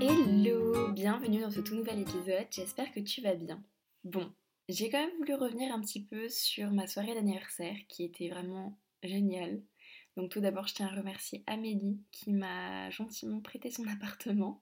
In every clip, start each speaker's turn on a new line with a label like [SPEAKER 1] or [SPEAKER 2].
[SPEAKER 1] Hello, bienvenue dans ce tout nouvel épisode, j'espère que tu vas bien. Bon, j'ai quand même voulu revenir un petit peu sur ma soirée d'anniversaire qui était vraiment géniale. Donc tout d'abord, je tiens à remercier Amélie qui m'a gentiment prêté son appartement,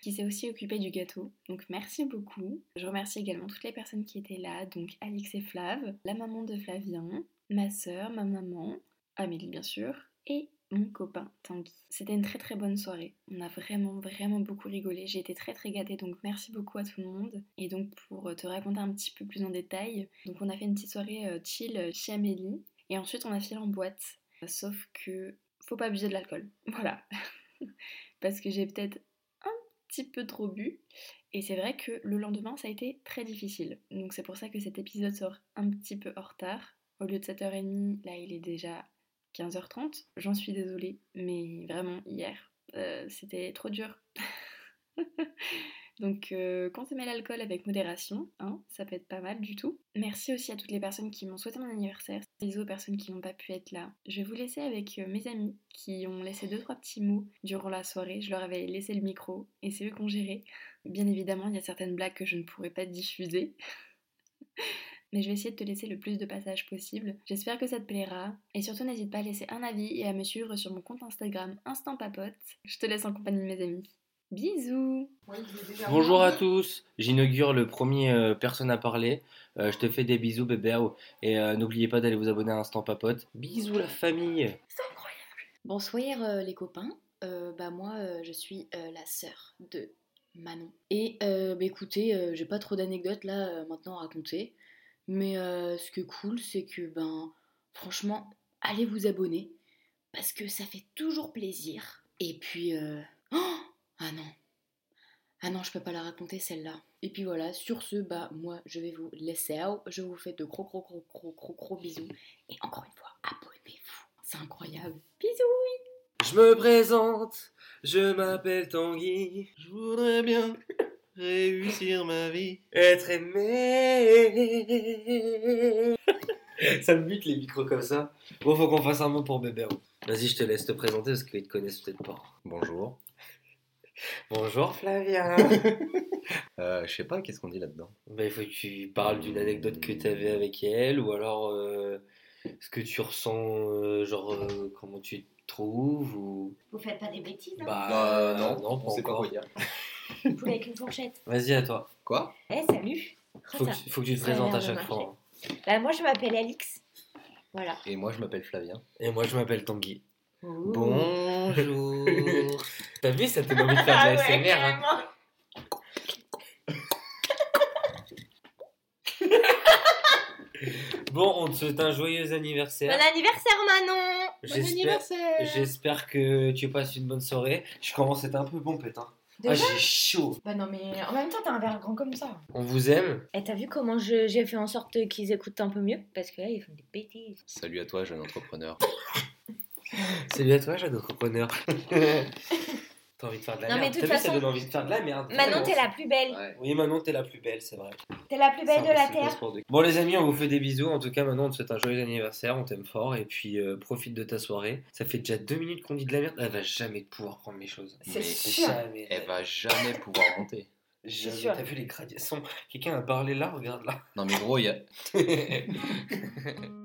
[SPEAKER 1] qui s'est aussi occupée du gâteau. Donc merci beaucoup. Je remercie également toutes les personnes qui étaient là, donc Alix et Flav, la maman de Flavien, ma sœur, ma maman, Amélie bien sûr, et mon copain Tanguy. C'était une très très bonne soirée. On a vraiment vraiment beaucoup rigolé. J'ai été très très gâtée donc merci beaucoup à tout le monde. Et donc pour te raconter un petit peu plus en détail, donc on a fait une petite soirée euh, chill chez Amélie et ensuite on a filé en boîte. Sauf que faut pas abuser de l'alcool. Voilà. Parce que j'ai peut-être un petit peu trop bu et c'est vrai que le lendemain ça a été très difficile. Donc c'est pour ça que cet épisode sort un petit peu en retard. Au lieu de 7h30, là il est déjà 15h30. J'en suis désolée, mais vraiment, hier, euh, c'était trop dur. Donc, euh, consommer l'alcool avec modération, hein, ça peut être pas mal du tout. Merci aussi à toutes les personnes qui m'ont souhaité mon anniversaire, les aux personnes qui n'ont pas pu être là. Je vais vous laisser avec euh, mes amis qui ont laissé deux trois petits mots durant la soirée. Je leur avais laissé le micro et c'est eux qui ont géré. Bien évidemment, il y a certaines blagues que je ne pourrais pas diffuser. mais je vais essayer de te laisser le plus de passages possible. J'espère que ça te plaira. Et surtout, n'hésite pas à laisser un avis et à me suivre sur mon compte Instagram Instant Papote. Je te laisse en compagnie de mes amis. Bisous
[SPEAKER 2] Bonjour à tous, j'inaugure le premier euh, Personne à parler. Euh, je te fais des bisous bébé et euh, n'oubliez pas d'aller vous abonner à Instant Papote. Bisous la famille
[SPEAKER 3] Bonsoir euh, les copains. Euh, bah moi euh, je suis euh, la sœur de Manon. Et euh, bah, écoutez, euh, j'ai pas trop d'anecdotes là euh, maintenant à raconter. Mais euh, ce qui est cool, c'est que ben franchement, allez vous abonner. Parce que ça fait toujours plaisir. Et puis euh, oh Ah non. Ah non, je peux pas la raconter celle-là. Et puis voilà, sur ce, bah moi je vais vous laisser out. Je vous fais de gros gros gros gros gros gros bisous. Et encore une fois, abonnez-vous. C'est incroyable. Bisous
[SPEAKER 2] Je me présente, je m'appelle Tanguy.
[SPEAKER 4] Je voudrais bien réussir ma vie.
[SPEAKER 2] Être aimé Ça me bute les micros comme ça. Bon, faut qu'on fasse un mot pour bébé Vas-y, je te laisse te présenter parce qu'ils te connaissent peut-être pas.
[SPEAKER 4] Bonjour.
[SPEAKER 2] Bonjour Flavien
[SPEAKER 4] Euh, je sais pas, qu'est-ce qu'on dit là-dedans
[SPEAKER 2] Bah, il faut que tu parles d'une anecdote que tu avais avec elle, ou alors euh, ce que tu ressens, euh, genre euh, comment tu te trouves, ou.
[SPEAKER 5] Vous faites pas des bêtises, hein
[SPEAKER 2] Bah,
[SPEAKER 4] Euh,
[SPEAKER 2] non, pas
[SPEAKER 4] on sait pas
[SPEAKER 2] encore.
[SPEAKER 4] quoi dire.
[SPEAKER 5] Vous voulez avec une fourchette.
[SPEAKER 2] Vas-y, à toi.
[SPEAKER 4] Quoi
[SPEAKER 5] Eh, salut
[SPEAKER 2] Faut que, tu- faut que tu te
[SPEAKER 5] Ça
[SPEAKER 2] présentes
[SPEAKER 5] a
[SPEAKER 2] à
[SPEAKER 5] l'air de
[SPEAKER 2] chaque fois. hein.
[SPEAKER 5] Bah, moi, je m'appelle Alix. Voilà.
[SPEAKER 4] Et moi, je m'appelle Flavien.
[SPEAKER 2] Et moi, je m'appelle Tanguy.
[SPEAKER 5] Ouh.
[SPEAKER 2] Bonjour T'as vu, ça te donne envie de faire
[SPEAKER 5] Ah
[SPEAKER 2] de la
[SPEAKER 5] ouais,
[SPEAKER 2] SMR, hein.
[SPEAKER 5] carrément.
[SPEAKER 2] Bon, on te souhaite un joyeux anniversaire.
[SPEAKER 5] Bon anniversaire, Manon
[SPEAKER 2] J'espère j'espère que tu passes une bonne soirée. Je commence à être un peu pompette, hein. Ah, j'ai chaud
[SPEAKER 5] Bah non, mais en même temps, t'as un verre grand comme ça.
[SPEAKER 2] On vous aime
[SPEAKER 5] Et Eh, t'as vu comment je- j'ai fait en sorte qu'ils écoutent un peu mieux Parce que là, ils font des bêtises.
[SPEAKER 4] Salut à toi, jeune entrepreneur.
[SPEAKER 2] Salut à toi, jeune entrepreneur. T'as envie de faire de la
[SPEAKER 5] Non, mais
[SPEAKER 2] merde.
[SPEAKER 5] de toute
[SPEAKER 2] T'as vu, ça
[SPEAKER 5] façon-
[SPEAKER 2] donne envie de faire de la merde.
[SPEAKER 5] Manon, t'es la plus belle.
[SPEAKER 4] Ouais.
[SPEAKER 2] Oui, Manon, t'es la plus belle, c'est vrai.
[SPEAKER 5] T'es la plus belle
[SPEAKER 2] C'est
[SPEAKER 5] de la
[SPEAKER 2] impossible,
[SPEAKER 5] Terre.
[SPEAKER 2] passe pour deux. Bon, les amis, on vous fait des bisous. En tout cas, Manon, on te souhaite un joyeux anniversaire. On t'aime fort. Et puis, euh, profite de ta soirée. Ça fait déjà deux minutes qu'on dit de la merde. Elle va jamais pouvoir prendre mes choses.
[SPEAKER 4] C'est
[SPEAKER 2] Mais
[SPEAKER 4] sûr.
[SPEAKER 2] Jamais.
[SPEAKER 4] Elle va jamais pouvoir monter.
[SPEAKER 2] Jamais.
[SPEAKER 5] sûr.
[SPEAKER 2] T'as vu les gradations Quelqu'un a parlé là, regarde là.
[SPEAKER 4] Non, mais gros, il y a.